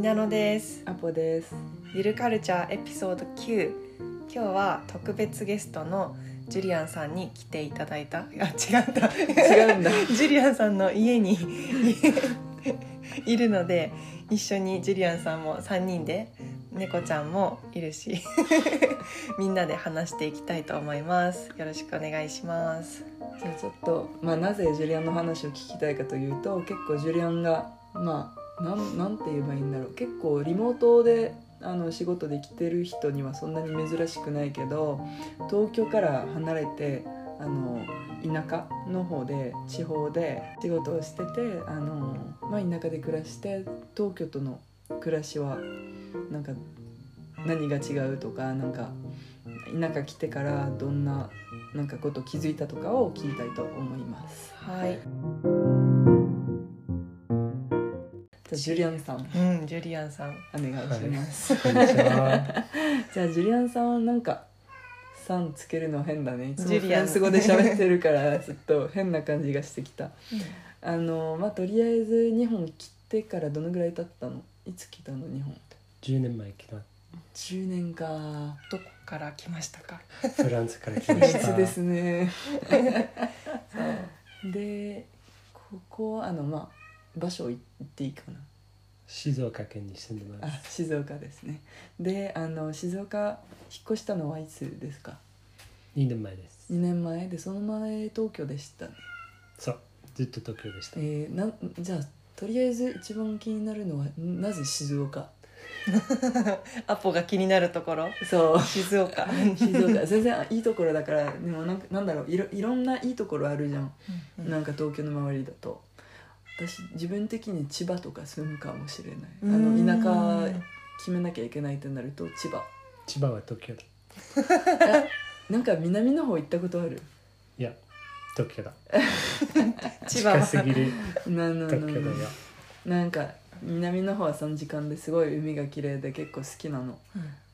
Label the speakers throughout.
Speaker 1: なのです
Speaker 2: アポです。
Speaker 1: ゆるカルチャーエピソード9今日は特別ゲストのジュリアンさんに来ていただいたあ 違った
Speaker 2: 違うんだ
Speaker 1: ジュリアンさんの家に いるので一緒にジュリアンさんも3人で猫ちゃんもいるし みんなで話していきたいと思いますよろしくお願いします
Speaker 2: じゃあちょっと、まあ、なぜジュリアンの話を聞きたいかというと結構ジュリアンがまあなんなんて言えばいいんだろう結構リモートであの仕事できてる人にはそんなに珍しくないけど東京から離れてあの田舎の方で地方で仕事をしててあの、まあ、田舎で暮らして東京との暮らしはなんか何が違うとかなんか田舎来てからどんななんかこと気づいたとかを聞きたいと思います。
Speaker 1: はい
Speaker 2: じゃあジュリアンさんお
Speaker 1: うんジュリアンさん
Speaker 2: 願いします。
Speaker 3: こんにちは。
Speaker 2: じゃあジュリアンさんはなんか「さん」つけるの変だねいつも
Speaker 1: ジュ
Speaker 2: フ
Speaker 1: リア
Speaker 2: ラ
Speaker 1: ン
Speaker 2: ンス語で喋ってるから ちょっと変な感じがしてきた。あのまあとりあえず日本来てからどのぐらい経ったのいつ来たの日本って
Speaker 3: 10年前来
Speaker 2: 10年か
Speaker 1: どこから来ましたか
Speaker 3: たフランスから来
Speaker 2: い
Speaker 3: ました。
Speaker 2: つですね。
Speaker 1: そう
Speaker 2: でここあのまあ場所言っていいかな。
Speaker 3: 静岡県に住んでま
Speaker 2: あ
Speaker 3: す。
Speaker 2: 静岡ですねであの静岡引っ越したのはいつですか
Speaker 3: 2年前です
Speaker 2: 2。年前でその前東京でしたね
Speaker 3: そう、ずっと東京でした。
Speaker 2: えー、なんじゃあとりあえず一番気になるのはなぜ静岡
Speaker 1: アポが気になるところ
Speaker 2: そう
Speaker 1: 静岡
Speaker 2: 静岡全然いいところだからでもなんかなんだろういろいろんないいところあるじゃん、なんか東京の周りだと私自分的に千葉とか住むかもしれない
Speaker 1: う
Speaker 2: あ
Speaker 1: ん
Speaker 2: の田舎決めなきゃいけないってなると千葉
Speaker 3: 千葉は東京だ。
Speaker 2: なんか南の方行ったことある
Speaker 3: いや、東京だ。
Speaker 1: 千葉
Speaker 3: 近す
Speaker 1: は
Speaker 3: ぎる
Speaker 2: ななな
Speaker 3: 東
Speaker 2: な
Speaker 3: 京だよ。
Speaker 2: なんか南の方は3時間ですごい海が綺麗で結構好きなの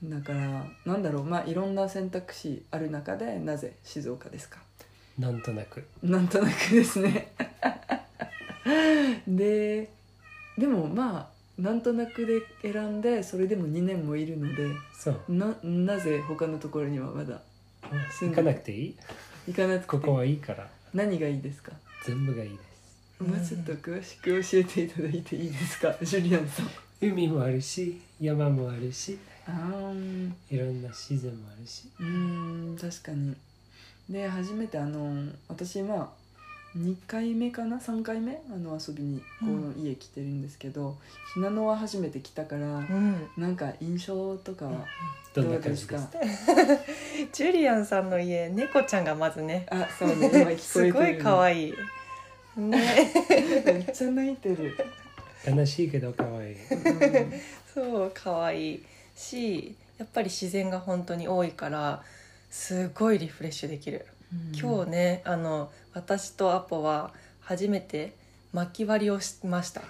Speaker 1: うん
Speaker 2: だからなんだろうまあいろんな選択肢ある中でなぜ静岡ですか
Speaker 3: なんとなく。
Speaker 2: なんとなくですね ででもまあなんとなくで選んでそれでも2年もいるので
Speaker 3: そう。
Speaker 2: ななぜ他のところにはまだ
Speaker 3: 行かなくていい
Speaker 2: 行かなくて
Speaker 3: ここはいいから。
Speaker 2: 何がいいですか
Speaker 3: 全部がいいです。
Speaker 2: もうちょっと詳しく教えていただいていいですか ジュリアンさん
Speaker 3: 海もあるし、山もあるし、
Speaker 2: あー
Speaker 3: いろんな自然もあるし。
Speaker 2: うーん確かにで初めてあの私まあ2回目かな3回目あの遊びにこの家来てるんですけど、ひなのは初めて来たから
Speaker 1: うん
Speaker 2: なんか印象とかは
Speaker 3: どん
Speaker 2: う
Speaker 3: な感じですか。
Speaker 1: ジュリアンさんの家猫ちゃんがまずね
Speaker 2: あそうね今
Speaker 1: す
Speaker 2: 聞こ
Speaker 1: ご
Speaker 2: えてる
Speaker 1: い可愛いね
Speaker 2: いめっちゃ泣いてる、
Speaker 3: 悲しいけど可愛い。
Speaker 2: う
Speaker 1: そう可愛いしやっぱり自然が本当に多いからすごいリフレッシュできる
Speaker 2: ん
Speaker 1: 今日ねあの私とアポは初めて薪割りをしました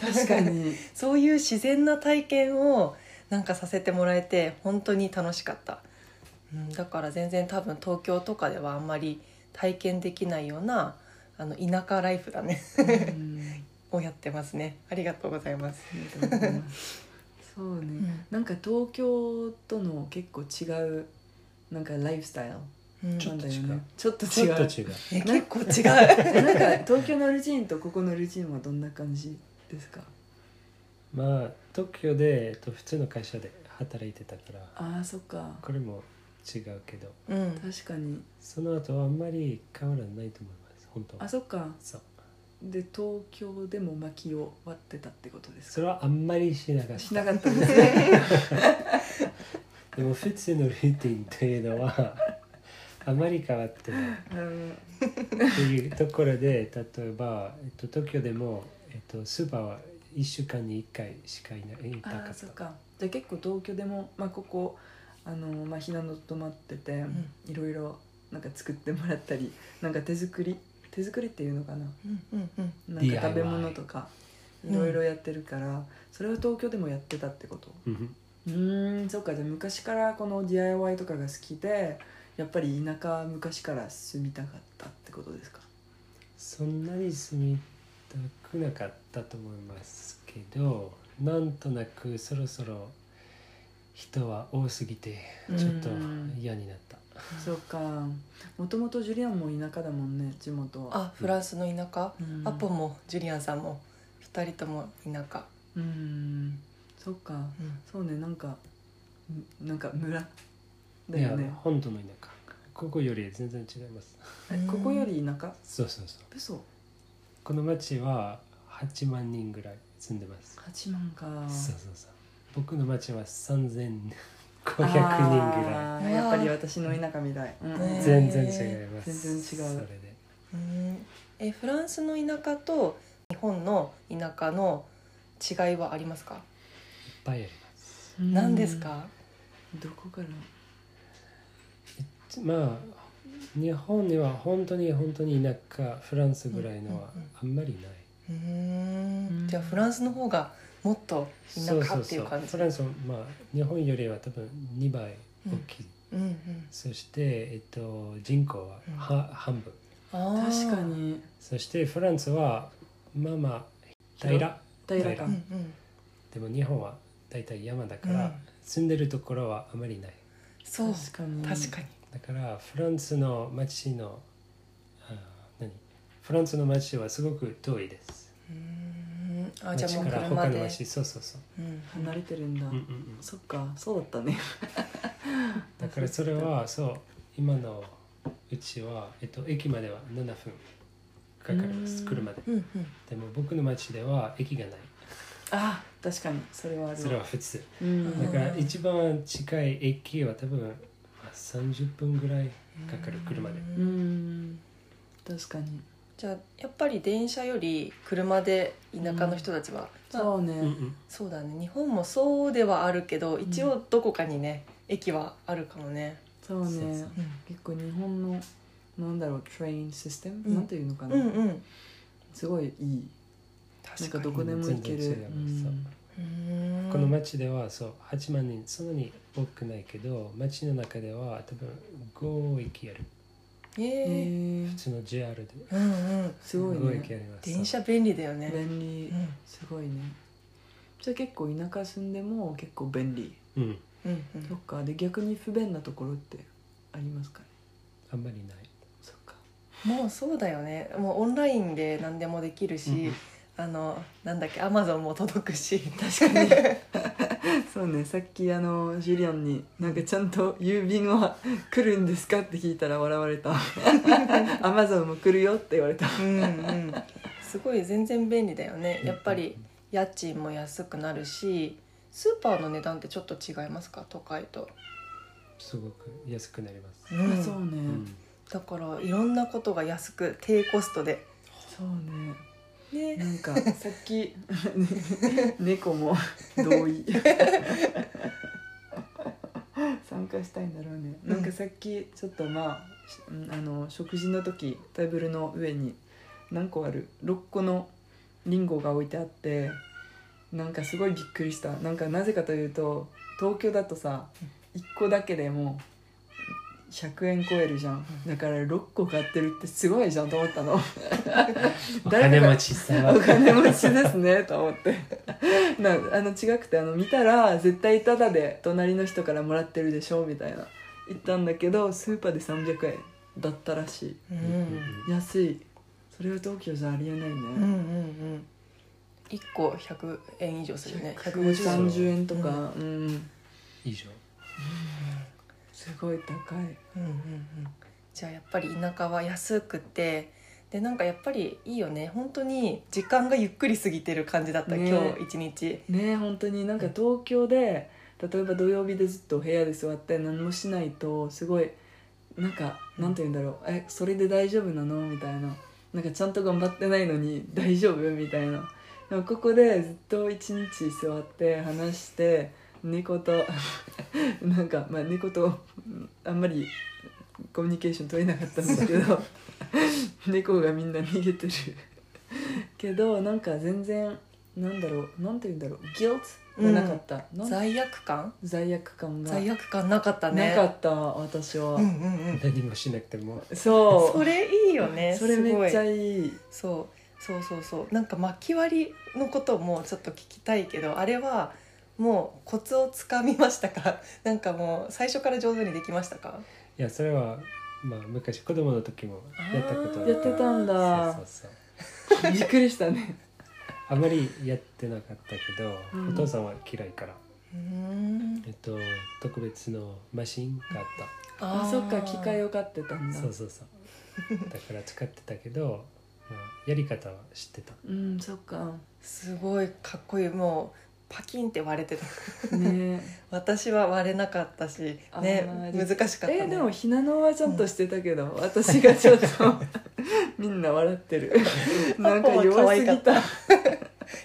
Speaker 2: 確かに
Speaker 1: そういう自然な体験をなんかさせてもらえて本当に楽しかった、うん、だから全然多分東京とかではあんまり体験できないようなあの田舎ライフだね
Speaker 2: うん
Speaker 1: をやってますねありがとうございます、
Speaker 2: ありがとうございますそうね、なんか東京との結構違うなんかライフスタイル
Speaker 1: うん
Speaker 3: ちょっと違
Speaker 2: な
Speaker 3: う
Speaker 2: んだよねちょっと
Speaker 3: ち
Speaker 2: 違
Speaker 3: ょっ
Speaker 2: う
Speaker 3: と違う。
Speaker 1: え結構違 う
Speaker 2: えなんか東京のルチンとここのルチンはどんな感じですか
Speaker 3: まあ、東京で、えっと、普通の会社で働いてたから。
Speaker 2: あーそっか
Speaker 3: これも違うけど
Speaker 1: うん
Speaker 2: 確かに
Speaker 3: その後はあんまり変わらないと思います本当
Speaker 2: あそっか
Speaker 3: そう
Speaker 2: で東京でも薪を割ってたってことです
Speaker 3: それはあんまりしなかっ
Speaker 2: か
Speaker 3: た
Speaker 2: しなかったんですね
Speaker 3: でも普通のルーティンというのは あまり変わってない
Speaker 2: うん
Speaker 3: っていうところで例えば、えっと、東京でも、えっと、スーパーは1週間に1回しかいない行っ
Speaker 2: あ
Speaker 3: たか
Speaker 2: ー
Speaker 3: っ
Speaker 2: そったかじゃあ結構東京でも、まあ、ここあのーまあひなの泊まってて、
Speaker 1: ん
Speaker 2: いろいろなんか作ってもらったりなんか手作り手作りっていうのかな
Speaker 1: うんうんうん
Speaker 2: なんか食べ物とかい
Speaker 1: DIY
Speaker 2: ろいろやってるから、それを東京でもやってたってこと
Speaker 3: うん
Speaker 2: うーんそうかじゃあ昔からこの DIY とかが好きでやっぱり田舎昔から住みたかったってことですか
Speaker 3: そんなに住みたくなかったと思いますけどなんとなくそろそろ人は多すぎてちょっと嫌になった、
Speaker 2: そうかもともとジュリアンも田舎だもんね地元は
Speaker 1: あフランスの田舎、
Speaker 2: うん
Speaker 1: アポもジュリアンさんも2人とも田舎、
Speaker 2: うんそうか
Speaker 1: うん
Speaker 2: そうねなんかんなんか村だ
Speaker 3: いや
Speaker 2: よね
Speaker 3: 本当の田舎ここより全然違います
Speaker 2: えここより田舎
Speaker 3: そうそうそう
Speaker 2: 嘘
Speaker 3: この町は8万人ぐらい住んでます
Speaker 2: 八万か
Speaker 3: そうそうそう僕の町は3500人ぐら
Speaker 2: あーやっぱり私の田舎みたい、うん
Speaker 3: い
Speaker 1: ね
Speaker 3: 全然違います
Speaker 2: 全然違う
Speaker 3: それで
Speaker 1: うんえフランスの田舎と日本の田舎の違いはありますか、
Speaker 3: いっぱいあります
Speaker 2: うん
Speaker 1: 何ですか
Speaker 2: どこから
Speaker 3: まあ日本には本当に本当に田舎フランスぐらいのは
Speaker 1: うんうんうん
Speaker 3: あんまりない、
Speaker 1: うーん
Speaker 2: うん
Speaker 1: じゃあフランスの方がもっと田
Speaker 3: そう
Speaker 1: 舎
Speaker 3: そう
Speaker 1: ってい
Speaker 3: そうう
Speaker 1: 感じ
Speaker 3: フランスはまあ日本よりは多分2倍大きい、
Speaker 1: うんうん
Speaker 3: そして、えっと、人口はは、半分
Speaker 1: あー
Speaker 2: 確かに
Speaker 3: そしてフランスはまあまあ平ら
Speaker 2: 平らか
Speaker 1: うんうん
Speaker 3: でも日本は大体山だか
Speaker 1: うん
Speaker 3: ら住んでるところはあまりない
Speaker 1: そう
Speaker 2: 確かに
Speaker 1: 確かに
Speaker 3: だからフランスの街のあー何フランスの街はすごく遠いです
Speaker 1: うーんあじゃあ
Speaker 3: 街
Speaker 1: もう
Speaker 3: から
Speaker 1: 車
Speaker 3: 他の
Speaker 1: で
Speaker 3: 街そうそうそう、
Speaker 1: うん
Speaker 2: 離れてるんだ、
Speaker 3: うんうんうん、
Speaker 2: そっかそうだったね
Speaker 3: だからそれはそう今のうちは、えっと、駅までは7分かかります
Speaker 2: うん
Speaker 3: 車で
Speaker 1: うん
Speaker 3: でも僕の街では駅がない
Speaker 2: あ確かにそれはあるわ
Speaker 3: それは普通
Speaker 2: うん
Speaker 3: だから一番近い駅は多分まあ30分ぐらいかかる車で
Speaker 1: うん
Speaker 2: うん確かに
Speaker 1: じゃあやっぱり電車より車で田舎の人たちは、まあ
Speaker 2: そうね、
Speaker 3: うんうん
Speaker 1: そうだね日本もそうではあるけど一応どこかにね、駅はあるかもね、
Speaker 2: そうね
Speaker 3: そうそう
Speaker 2: 結構日本のなんだろうトレインシステム、
Speaker 1: うん
Speaker 2: なんていうのかな、
Speaker 1: うんうん
Speaker 2: すごいいいなん
Speaker 1: 確
Speaker 2: か
Speaker 1: か
Speaker 2: ど
Speaker 1: に
Speaker 2: こでも行ける
Speaker 3: 全然違いますそう
Speaker 1: うん
Speaker 3: この町ではそう8万人そんなに多くないけど町の中では多分5駅ある
Speaker 2: え
Speaker 1: ええ
Speaker 2: ー
Speaker 3: 普通の JR で
Speaker 1: うんうん
Speaker 2: すごい
Speaker 3: 5駅
Speaker 2: ね
Speaker 3: あります
Speaker 1: 電車便利だよね
Speaker 2: 便利すごいねじゃあ結構田舎住んでも結構便利
Speaker 3: うんうん
Speaker 1: うんうんう
Speaker 2: そ
Speaker 1: ん
Speaker 2: っかで逆に不便なところってありますかね
Speaker 3: あんまりない
Speaker 2: そっか
Speaker 1: もうそうだよねもうオンラインで何でもできるし、
Speaker 3: うんうん
Speaker 1: あのなんだっけアマゾンも届くし
Speaker 2: 確かにそうねさっきあのジュリアンになんかちゃんと郵便は来るんですかって聞いたら笑 われたアマゾンも来るよって言われた
Speaker 1: うんうんすごい全然便利だよねやっぱり家賃も安くなるしスーパーの値段ってちょっと違いますか都会と、
Speaker 3: すごく安くなります、
Speaker 1: うん
Speaker 2: そうね、
Speaker 3: うん
Speaker 1: だからいろんなことが安く低コストで
Speaker 2: そうね
Speaker 1: ね
Speaker 2: なんかさっき 猫も同意 参加したいんだろうね、なんかさっきちょっとまあしうんあの食事の時テーブルの上に何個ある6個のリンゴが置いてあってなんかすごいびっくりしたなんかなぜかというと東京だとさ1個だけでもう100円超えるじゃんだから6個買ってるってすごいじゃんと思ったの
Speaker 3: お
Speaker 2: 誰
Speaker 3: 金
Speaker 2: が
Speaker 3: 持ちさ
Speaker 2: お金持ちですねと思って なあの違くてあの見たら絶対タダで隣の人からもらってるでしょみたいな言ったんだけどスーパーで300円だったらし
Speaker 1: う
Speaker 3: うんん
Speaker 2: い
Speaker 3: うん
Speaker 2: 安いそれは東京じゃありえないね、
Speaker 1: うんうんうん1個100円以上するね150円
Speaker 2: 130円とかうん、
Speaker 3: 以上
Speaker 2: すごい高
Speaker 1: うんう
Speaker 2: い
Speaker 1: んうんじゃあやっぱり田舎は安くてでなんかやっぱりいいよね本当に時間がゆっくり過ぎてる感じだった、
Speaker 2: ね
Speaker 1: 今日一日
Speaker 2: ねえ本当になんか東京で例えば土曜日でずっと部屋で座って何もしないとすごいなんかなんて言うんだろうえそれで大丈夫なのみたいななんかちゃんと頑張ってないのに大丈夫みたいなでもここでずっと一日座って話して猫と なんかまあ猫とうんあんまりコミュニケーション取れなかったんですけ ど猫がみんな逃げてるけどなんか全然なんだろうなんて言うんだろうギ i ル t がなかった、なん
Speaker 1: 罪悪感
Speaker 2: 罪悪感が
Speaker 1: 罪悪感なかったね
Speaker 2: なかった私は、
Speaker 1: うんうんうん
Speaker 3: 何もしなくても
Speaker 2: そう
Speaker 1: それいいよね
Speaker 2: それめっちゃ
Speaker 1: い
Speaker 2: いい
Speaker 1: そうそうそうそうなんか薪割りのこともちょっと聞きたいけどあれはもうコツをつかみましたか なんかもう最初から上手にできましたか
Speaker 3: いやそれはまあ昔子供の時もやったことあ
Speaker 2: やってたんだ
Speaker 3: そうそうそう
Speaker 2: びっくりしたね
Speaker 3: あまりやってなかったけど、
Speaker 2: うん
Speaker 3: お父さんは嫌いから
Speaker 1: うーん
Speaker 3: えっと特別のマシンがあっ
Speaker 2: あ
Speaker 1: ー
Speaker 2: そっか機械を買ってたん
Speaker 3: た
Speaker 2: だ
Speaker 3: そうそうそうだから使ってたけど、まあ、やり方は知ってた
Speaker 2: うんそっ か
Speaker 1: すごいかっこいいもうパキンって割れてた
Speaker 2: ね
Speaker 1: 私は割れなかったし
Speaker 2: あ
Speaker 1: ね
Speaker 2: ー
Speaker 1: 難しかったね
Speaker 2: えでもひなのはちゃんとしてたけど、私がちょっとみんな笑って るなんか弱すぎ
Speaker 1: パパ
Speaker 2: た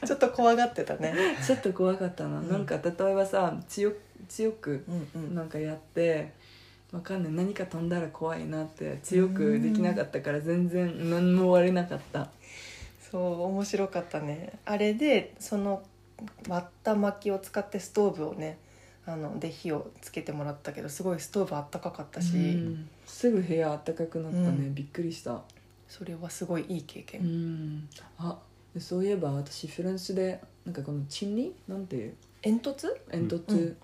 Speaker 1: ちょっと怖がってたね
Speaker 2: ちょっと怖かったな、
Speaker 1: ん
Speaker 2: なんか例えばさ強強く
Speaker 1: うんうん
Speaker 2: なんかやってわかんない何か飛んだら怖いなって強くできなかったから全然何も割れなかった
Speaker 1: そう面白かったねあれでその割った薪を使ってストーブをねあので火をつけてもらったけどすごいストーブあったかかったし、
Speaker 2: うんすぐ部屋あったかくなったね、
Speaker 1: うん
Speaker 2: びっくりした
Speaker 1: それはすごいいい経
Speaker 2: う
Speaker 1: 験、
Speaker 2: んあそういえば私フランスでなんかこのチンリなんていう
Speaker 1: 煙突
Speaker 2: 煙突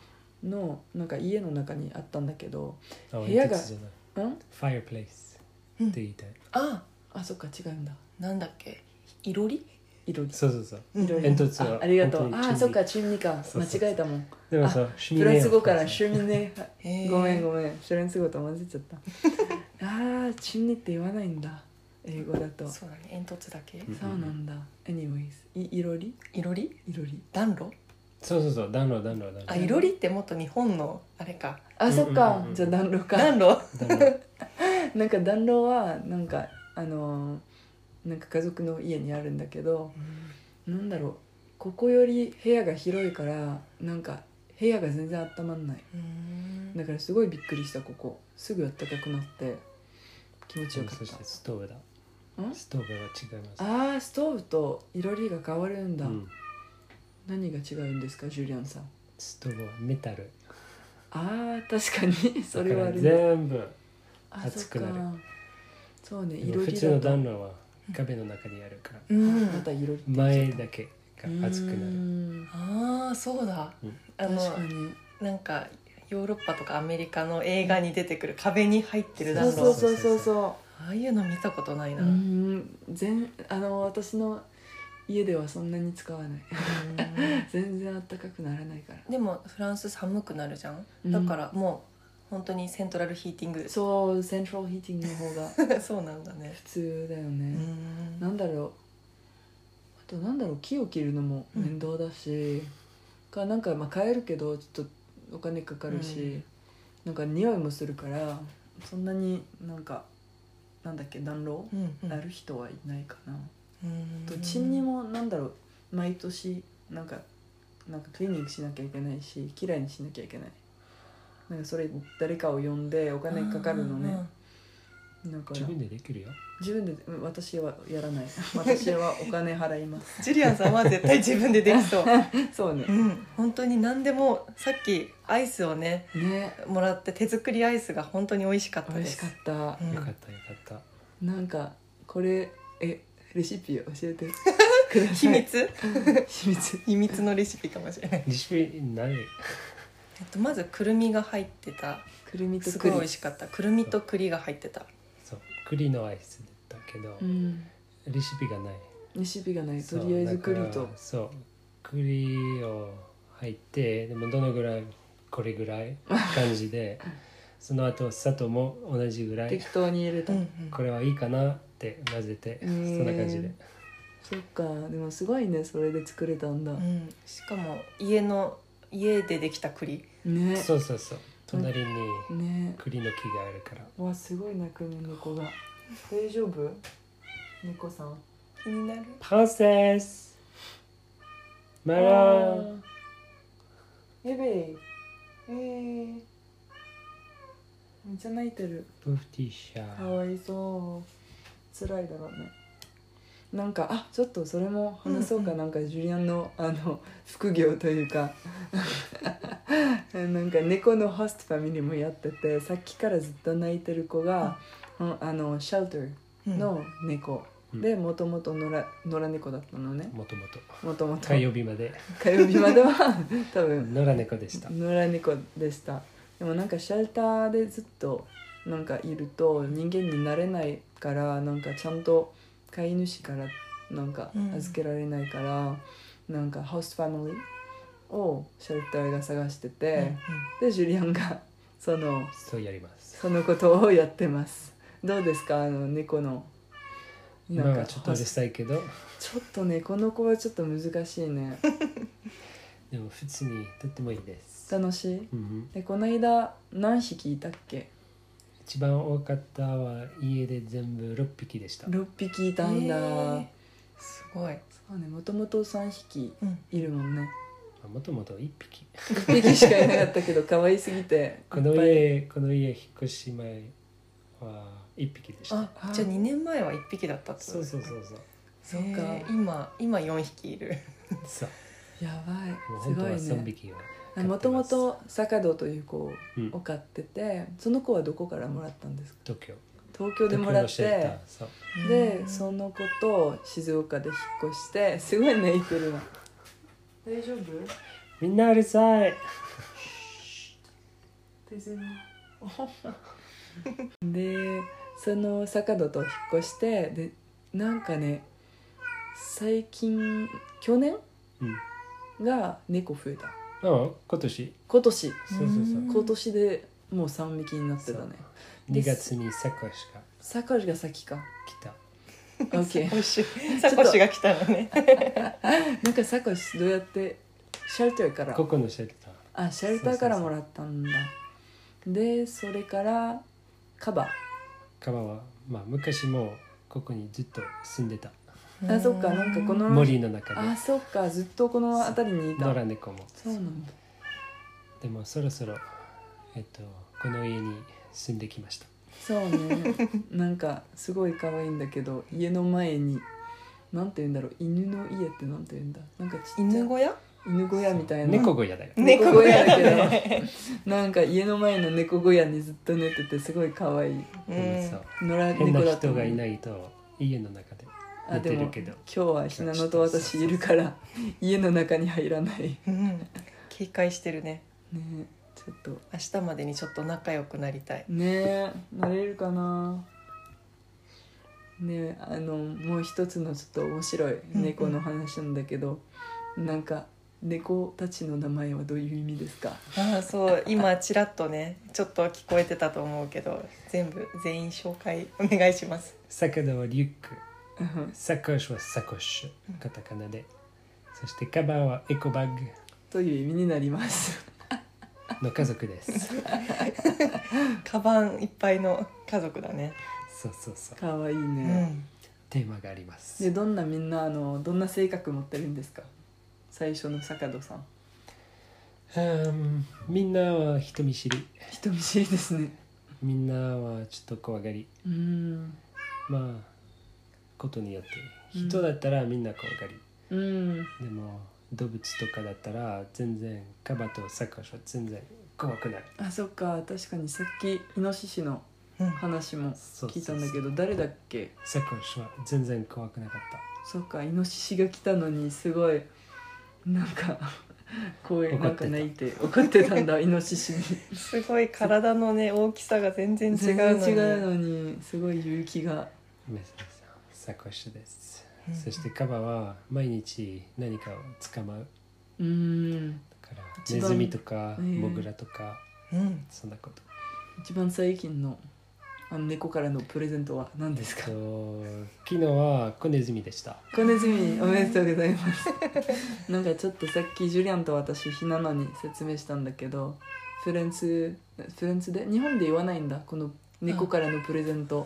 Speaker 2: のなんか家の中にあったんだけど、
Speaker 3: あ
Speaker 2: 部屋が
Speaker 3: 煙突じゃない
Speaker 2: うん、
Speaker 3: ファイアプレイス
Speaker 1: うん
Speaker 3: って言いたい、
Speaker 1: あ
Speaker 2: あそっか違うんだ
Speaker 1: なんだっけいろり
Speaker 2: 色々
Speaker 3: そうそうそう
Speaker 1: いろ
Speaker 3: 煙突は
Speaker 2: あありがとう
Speaker 3: 本当にチン
Speaker 2: あ
Speaker 3: リ
Speaker 2: そっかチンリか
Speaker 3: そう
Speaker 2: 間
Speaker 3: そうそう
Speaker 2: 違えたもん
Speaker 3: でもさシュミ
Speaker 2: フ
Speaker 3: ネ
Speaker 2: ラ
Speaker 3: ー
Speaker 2: ン
Speaker 3: を
Speaker 2: ス語からシュミネごめん
Speaker 1: ん
Speaker 2: ごめんフランス語と混ぜちゃった ああチンリって言わないんだ英語だとそ
Speaker 1: そうだね煙突だけ
Speaker 3: ん
Speaker 2: うなんだ anyways いいろり
Speaker 1: いろり
Speaker 2: いろり
Speaker 1: 暖炉
Speaker 3: そうそうそう暖炉暖炉暖
Speaker 1: あ
Speaker 3: 炉
Speaker 1: いろりってもっと日本のあれか
Speaker 2: あそっ
Speaker 3: うんう
Speaker 2: か
Speaker 3: んうん
Speaker 2: じゃあ暖炉か
Speaker 1: 暖炉
Speaker 3: 暖 炉
Speaker 2: なんか暖炉はなんかあのーなんか家族の家にあるんだけどなんだろうここより部屋が広いからなんか部屋が全然温まんない
Speaker 1: うん
Speaker 2: だからすごいびっくりしたここすぐ暖かくなって気持ちよかっ
Speaker 3: そしてストーブだ
Speaker 2: たん
Speaker 3: ストーブは違います
Speaker 2: あーストーブといろりが変わるん
Speaker 3: う
Speaker 2: だ、
Speaker 3: ん、
Speaker 2: 何が違うんですかジュリアンさん
Speaker 3: ストーブはメタル
Speaker 2: あー確かにそれはあ
Speaker 3: だ
Speaker 2: る
Speaker 3: から
Speaker 2: ね
Speaker 3: 全部
Speaker 2: あ
Speaker 3: 熱くなる
Speaker 2: そっかそうね
Speaker 3: で
Speaker 2: い
Speaker 3: も
Speaker 2: ろ
Speaker 3: 普
Speaker 2: り
Speaker 3: 通の
Speaker 2: だと
Speaker 3: 暖炉は壁の中にあるから、
Speaker 1: うん
Speaker 2: またいろり
Speaker 3: 前だけが熱
Speaker 2: う
Speaker 3: くなる
Speaker 2: ーん
Speaker 1: ああそうだ、
Speaker 3: うん
Speaker 1: あの
Speaker 2: 確かに
Speaker 1: なんかヨーロッパとかアメリカの映画に出てくる壁に入ってる暖
Speaker 2: そ
Speaker 1: 炉
Speaker 2: うそうそうそうそ
Speaker 1: ああいうの見たことないうな、
Speaker 2: うーん全あの私の家ではそんなに使わない 全然あったかくならないから
Speaker 1: でもフランス寒くなるじゃん、
Speaker 2: うん
Speaker 1: だからもう本当にセントラルヒーティング
Speaker 2: そうセントラルヒーティングの方が
Speaker 1: そうなんだね
Speaker 2: 普通だよ
Speaker 1: う
Speaker 2: ね、
Speaker 1: ん
Speaker 2: なんだろうあとなんだろう木を切るのも面倒だし、かなんかまあ買えるけどちょっとお金かかるし、
Speaker 1: うん
Speaker 2: なんか匂いもするからそんなになんかなんだっけ暖炉
Speaker 1: うんうん
Speaker 2: なる人はいないかな、
Speaker 1: うん
Speaker 2: と賃にもなんだろう毎年なんかなんかクリーニングしなきゃいけないしきれいにしなきゃいけないなんかそれ誰かを呼んでお金かかるのねだから
Speaker 3: 自分でできるよ
Speaker 2: 自分でうん私はや らない私はお金払います
Speaker 1: ジュリアンさんは絶対自分でできそう、
Speaker 2: そうね
Speaker 1: うん、本当に何でもさっきアイスをね
Speaker 2: ね
Speaker 1: もらって手作りアイスが本当に美味しかった
Speaker 2: 美
Speaker 1: で
Speaker 2: 味し
Speaker 1: す
Speaker 2: かった
Speaker 1: うん
Speaker 3: よかったよかった
Speaker 2: なんかこれえレシピ教え てください
Speaker 1: 秘密
Speaker 2: 秘密
Speaker 1: 秘密のレシピかもしれない
Speaker 3: レシピない
Speaker 1: えっと、まずくるみが入ってた
Speaker 2: くるみと
Speaker 1: す
Speaker 2: く
Speaker 1: ごい
Speaker 2: り
Speaker 1: 美味しかったくるみと栗が入ってた
Speaker 3: そう栗のアイスだったけど、
Speaker 2: うん
Speaker 3: レシピがない
Speaker 2: レシピがないと
Speaker 3: そう
Speaker 2: りあえずくり
Speaker 3: だ
Speaker 2: と
Speaker 3: からそう栗を入ってでもどのぐらいこれぐ らい感じでその後砂糖も同じぐらい
Speaker 2: 適当に入れた、
Speaker 3: これはいいかなって混ぜて、
Speaker 2: うん
Speaker 3: そんな感じで
Speaker 2: そっかでもすごいねそれで作れたんだ
Speaker 1: う、ん、しかも家の家でできた栗
Speaker 2: ね
Speaker 3: そうそうそう隣に
Speaker 2: ね
Speaker 3: 栗の木があるから
Speaker 2: わすごい泣くね猫が大丈夫猫さん
Speaker 1: 気になる
Speaker 3: プリンセスマ
Speaker 2: あ
Speaker 3: ラ
Speaker 2: ーやべええー、めっちゃ泣いてる
Speaker 3: ブフティシャ
Speaker 2: かわいそう辛いだろうねなんかあちょっとそれも話そうか、なんかジュリアンのあの副業というか なんか猫のホストファミリーもやっててさっきからずっと泣いてる子が、うんあのシェルターの猫
Speaker 3: うん
Speaker 2: でもともと野良野良猫だったのね
Speaker 3: もともと
Speaker 2: もともと
Speaker 3: 火曜日まで
Speaker 2: 火曜日ま では多分
Speaker 3: 野良猫でした
Speaker 2: 野良猫でしたでもなんかシェルターでずっとなんかいると人間になれないからなんかちゃんと飼い主からなんか
Speaker 1: うん
Speaker 2: 預けられないから、なんかハウスファミリーをシェルターが探してて、でジュリアンがその
Speaker 3: そうやります
Speaker 2: そのことをやってますどうですかあの猫の
Speaker 3: 今はちょっとうる
Speaker 2: ち
Speaker 3: さいけど
Speaker 2: ょっとねこの子はちょっと難しいね
Speaker 3: でも普通にとってもいいです、
Speaker 2: 楽しい
Speaker 3: うんうん
Speaker 2: えこの間何匹いたっけ
Speaker 3: 一番多かったは家で全部6匹でした
Speaker 2: 6匹いたんだ、
Speaker 1: えーすごい。
Speaker 2: そうねもともと3匹
Speaker 1: うん。
Speaker 2: いるもんね
Speaker 3: もともと1匹
Speaker 2: 1匹しかいなかったけ ど可愛すぎて
Speaker 3: この
Speaker 2: いっ
Speaker 3: 家この家引っ越し前は1匹でした
Speaker 1: あ、じゃあ2年前は1匹だったってこと
Speaker 3: そう
Speaker 1: です
Speaker 3: そ
Speaker 1: ね
Speaker 3: うそうそ
Speaker 2: そ
Speaker 3: う
Speaker 2: うか
Speaker 1: へー今今4匹いる。
Speaker 3: そう
Speaker 2: ぱいや
Speaker 3: もう
Speaker 2: ばいす
Speaker 3: 本
Speaker 2: ご
Speaker 3: 当はい3
Speaker 2: いね
Speaker 3: 匹は飼ってます
Speaker 2: もともと坂戸という子
Speaker 3: うん
Speaker 2: を飼ってて、その子はどこからもらったんですか
Speaker 3: 東京
Speaker 2: 東京でもらっ
Speaker 3: 東京のシェルタ
Speaker 2: て
Speaker 3: ーそう
Speaker 2: で
Speaker 1: うん
Speaker 2: その子と静岡で引っ越してすごいねいてるの大丈夫
Speaker 3: みんなうるさい
Speaker 2: でその坂戸と引っ越してでなんかね最近去年
Speaker 3: うん
Speaker 2: が猫増えた
Speaker 3: うん今年
Speaker 2: 今年
Speaker 3: そうそうそう
Speaker 1: うん
Speaker 2: 今年でもう3匹になってたね
Speaker 3: 2月にサッカーしか
Speaker 2: サカが先 か
Speaker 3: 来た
Speaker 2: OK
Speaker 1: おいしい。サコシが来たのね。
Speaker 2: なんかサカどうやってシェルターから
Speaker 3: ここのシェルター
Speaker 2: あシェルターからもらったんだでそれからカバ
Speaker 3: 川はまあ昔もここにずっと住んでた
Speaker 2: あそっかなんかこの
Speaker 3: 森の中
Speaker 2: あ
Speaker 3: で
Speaker 2: そっかずっとこの辺りにいた
Speaker 3: 野良猫も
Speaker 2: そうなんだ
Speaker 3: でもそろそろえっとこの家に住んできました
Speaker 2: そうねなんかすごい可愛いんだけど家の前になんて言うんだろう犬の家ってなんて言うんだなんかちっちゃい
Speaker 1: 犬小屋？
Speaker 2: 犬小屋みたいな
Speaker 3: 猫小屋だよ
Speaker 2: 猫小屋だけど
Speaker 1: 猫小屋だね
Speaker 2: なんか家の前の猫小屋にずっと寝ててすごい可愛い
Speaker 1: うん
Speaker 3: そう
Speaker 2: 野良
Speaker 3: 変
Speaker 2: 猫
Speaker 3: な
Speaker 2: だと
Speaker 3: 人がい
Speaker 2: い
Speaker 3: ないと家の中で
Speaker 2: あ
Speaker 3: 寝
Speaker 2: で
Speaker 3: て
Speaker 2: も
Speaker 3: る
Speaker 2: 今
Speaker 3: けど
Speaker 2: 日はひなのと私いるから家の中に入らない
Speaker 1: うん。警戒してるね。
Speaker 2: ねちょっと
Speaker 1: 明日までにちょっと仲良くなりたい。
Speaker 2: ねなれるかなねあのもう一つのちょっと面白い猫の話なんだけど、なんか猫たちの名前はどういう意味ですか
Speaker 1: ああそう今ちらっとねちょっと聞こえてたと思うけど全部全員紹介お願いします。
Speaker 3: 魚はリュック
Speaker 2: うん
Speaker 3: サコッシュはサコッシュカタカナでそしてカバーはエコバッグ
Speaker 2: という意味になります
Speaker 3: の家族です
Speaker 1: カバンいっぱいの家族だね。
Speaker 3: そうそうそう
Speaker 2: かわいいうね、
Speaker 1: ん。
Speaker 3: テーマがありま
Speaker 2: ですどんなみんなあのどんな性格持ってるんですか最初の坂戸さん
Speaker 3: うんみんなは人見知り
Speaker 2: 人見知りですね
Speaker 3: みんなはちょっと怖がり
Speaker 2: うん
Speaker 3: まあことによって人だったらみんな怖がり、
Speaker 2: うん
Speaker 3: でも動物とかだったら全然カバとサコッシュは全然怖くない
Speaker 2: あそっか確かにさっきイノシシの
Speaker 1: うん
Speaker 2: 話も
Speaker 3: そう
Speaker 2: 聞
Speaker 3: そう
Speaker 2: いた
Speaker 3: そうん
Speaker 2: だけど誰だっけ
Speaker 3: サコッシュは全然怖くなかった
Speaker 2: そっかイノシシが来たのにすごいなんか こういう
Speaker 3: 怒
Speaker 2: な
Speaker 3: っ
Speaker 2: ん
Speaker 3: てた
Speaker 2: か泣いて怒ってたんだイノ シシに
Speaker 1: すごい体のね大きさが全然違
Speaker 2: 全
Speaker 1: う
Speaker 2: 然
Speaker 1: のに
Speaker 2: 違うのにすごい勇気が
Speaker 3: メスですサコッシュです
Speaker 1: うん
Speaker 3: そしてカバは毎日何かを捕まう
Speaker 2: うーん
Speaker 3: から
Speaker 2: 一
Speaker 3: ネ
Speaker 2: 番
Speaker 3: ズミとか
Speaker 2: うん
Speaker 3: モグラとか
Speaker 1: うん
Speaker 3: そんなこと
Speaker 2: 一番最近のあの猫からのプレゼントは何です
Speaker 3: えっ
Speaker 2: か
Speaker 3: と昨日は子ネズミ でした
Speaker 2: 小ネズミおめでとうございます なんかちょっとさっきジュリアンと私ひなのに説明したんだけどフランスフランスで日本で言わないんだこの猫からのプレゼント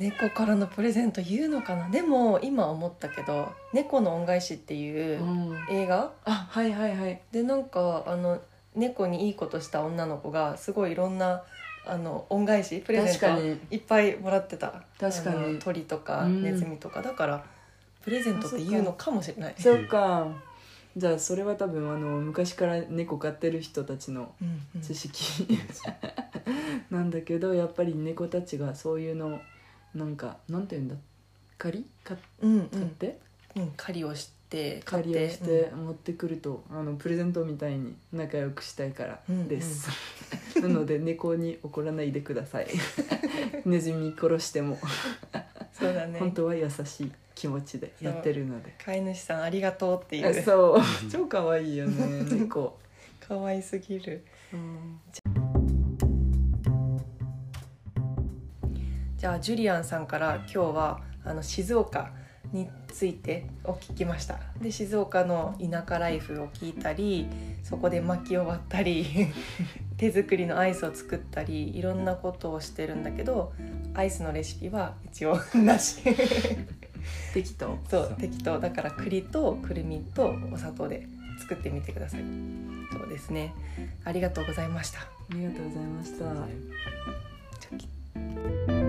Speaker 1: 猫からのプレゼント言うのかなでも今思ったけど「猫の恩返し」っていううん映画
Speaker 2: あはいはいはい
Speaker 1: でなんかあの猫にいいことした女の子がすごいいろんなあの恩返しプレゼン
Speaker 2: 確
Speaker 1: ト
Speaker 2: かに
Speaker 1: いっぱいもらってた
Speaker 2: 確かに
Speaker 1: あの鳥とか
Speaker 2: うん
Speaker 1: ネズミとか、だからプレゼントって言うのかもしれない
Speaker 2: そうかじゃあそれは多分あの昔から猫飼ってる人たちの
Speaker 1: うんうん
Speaker 2: 知識 なんだけどやっぱり猫たちがそういうのなんかなんて言うんだ借り買っ
Speaker 1: うんう
Speaker 2: 買っ
Speaker 1: ん
Speaker 2: て、
Speaker 1: うん借りをして買っ
Speaker 2: 借りを
Speaker 1: て
Speaker 2: して持ってくると、あのプレゼントみたいに仲良くしたいからです、 なので猫に怒らないでくだ さいネズミ殺しても、
Speaker 1: うんそうだね
Speaker 2: 本当は優しい気持ちでやってるので
Speaker 1: 飼い主さんありがとうってい
Speaker 2: え
Speaker 1: う
Speaker 2: そう超可愛いよね猫、
Speaker 1: 可愛すぎる
Speaker 2: うん
Speaker 1: じゃあジュリアンさんから今日はあの静岡についてを聞きましたで静岡の田舎ライフを聞いたりそこで薪を割ったり 手作りのアイスを作ったりいろんなことをしてるんだけどアイスのレシピは一応な し
Speaker 2: 適当
Speaker 1: そう適当だから栗とくるみとお砂糖で作ってみてくださいそうですねありがとうございました
Speaker 2: ありがとうございました、
Speaker 3: はい
Speaker 1: チョキ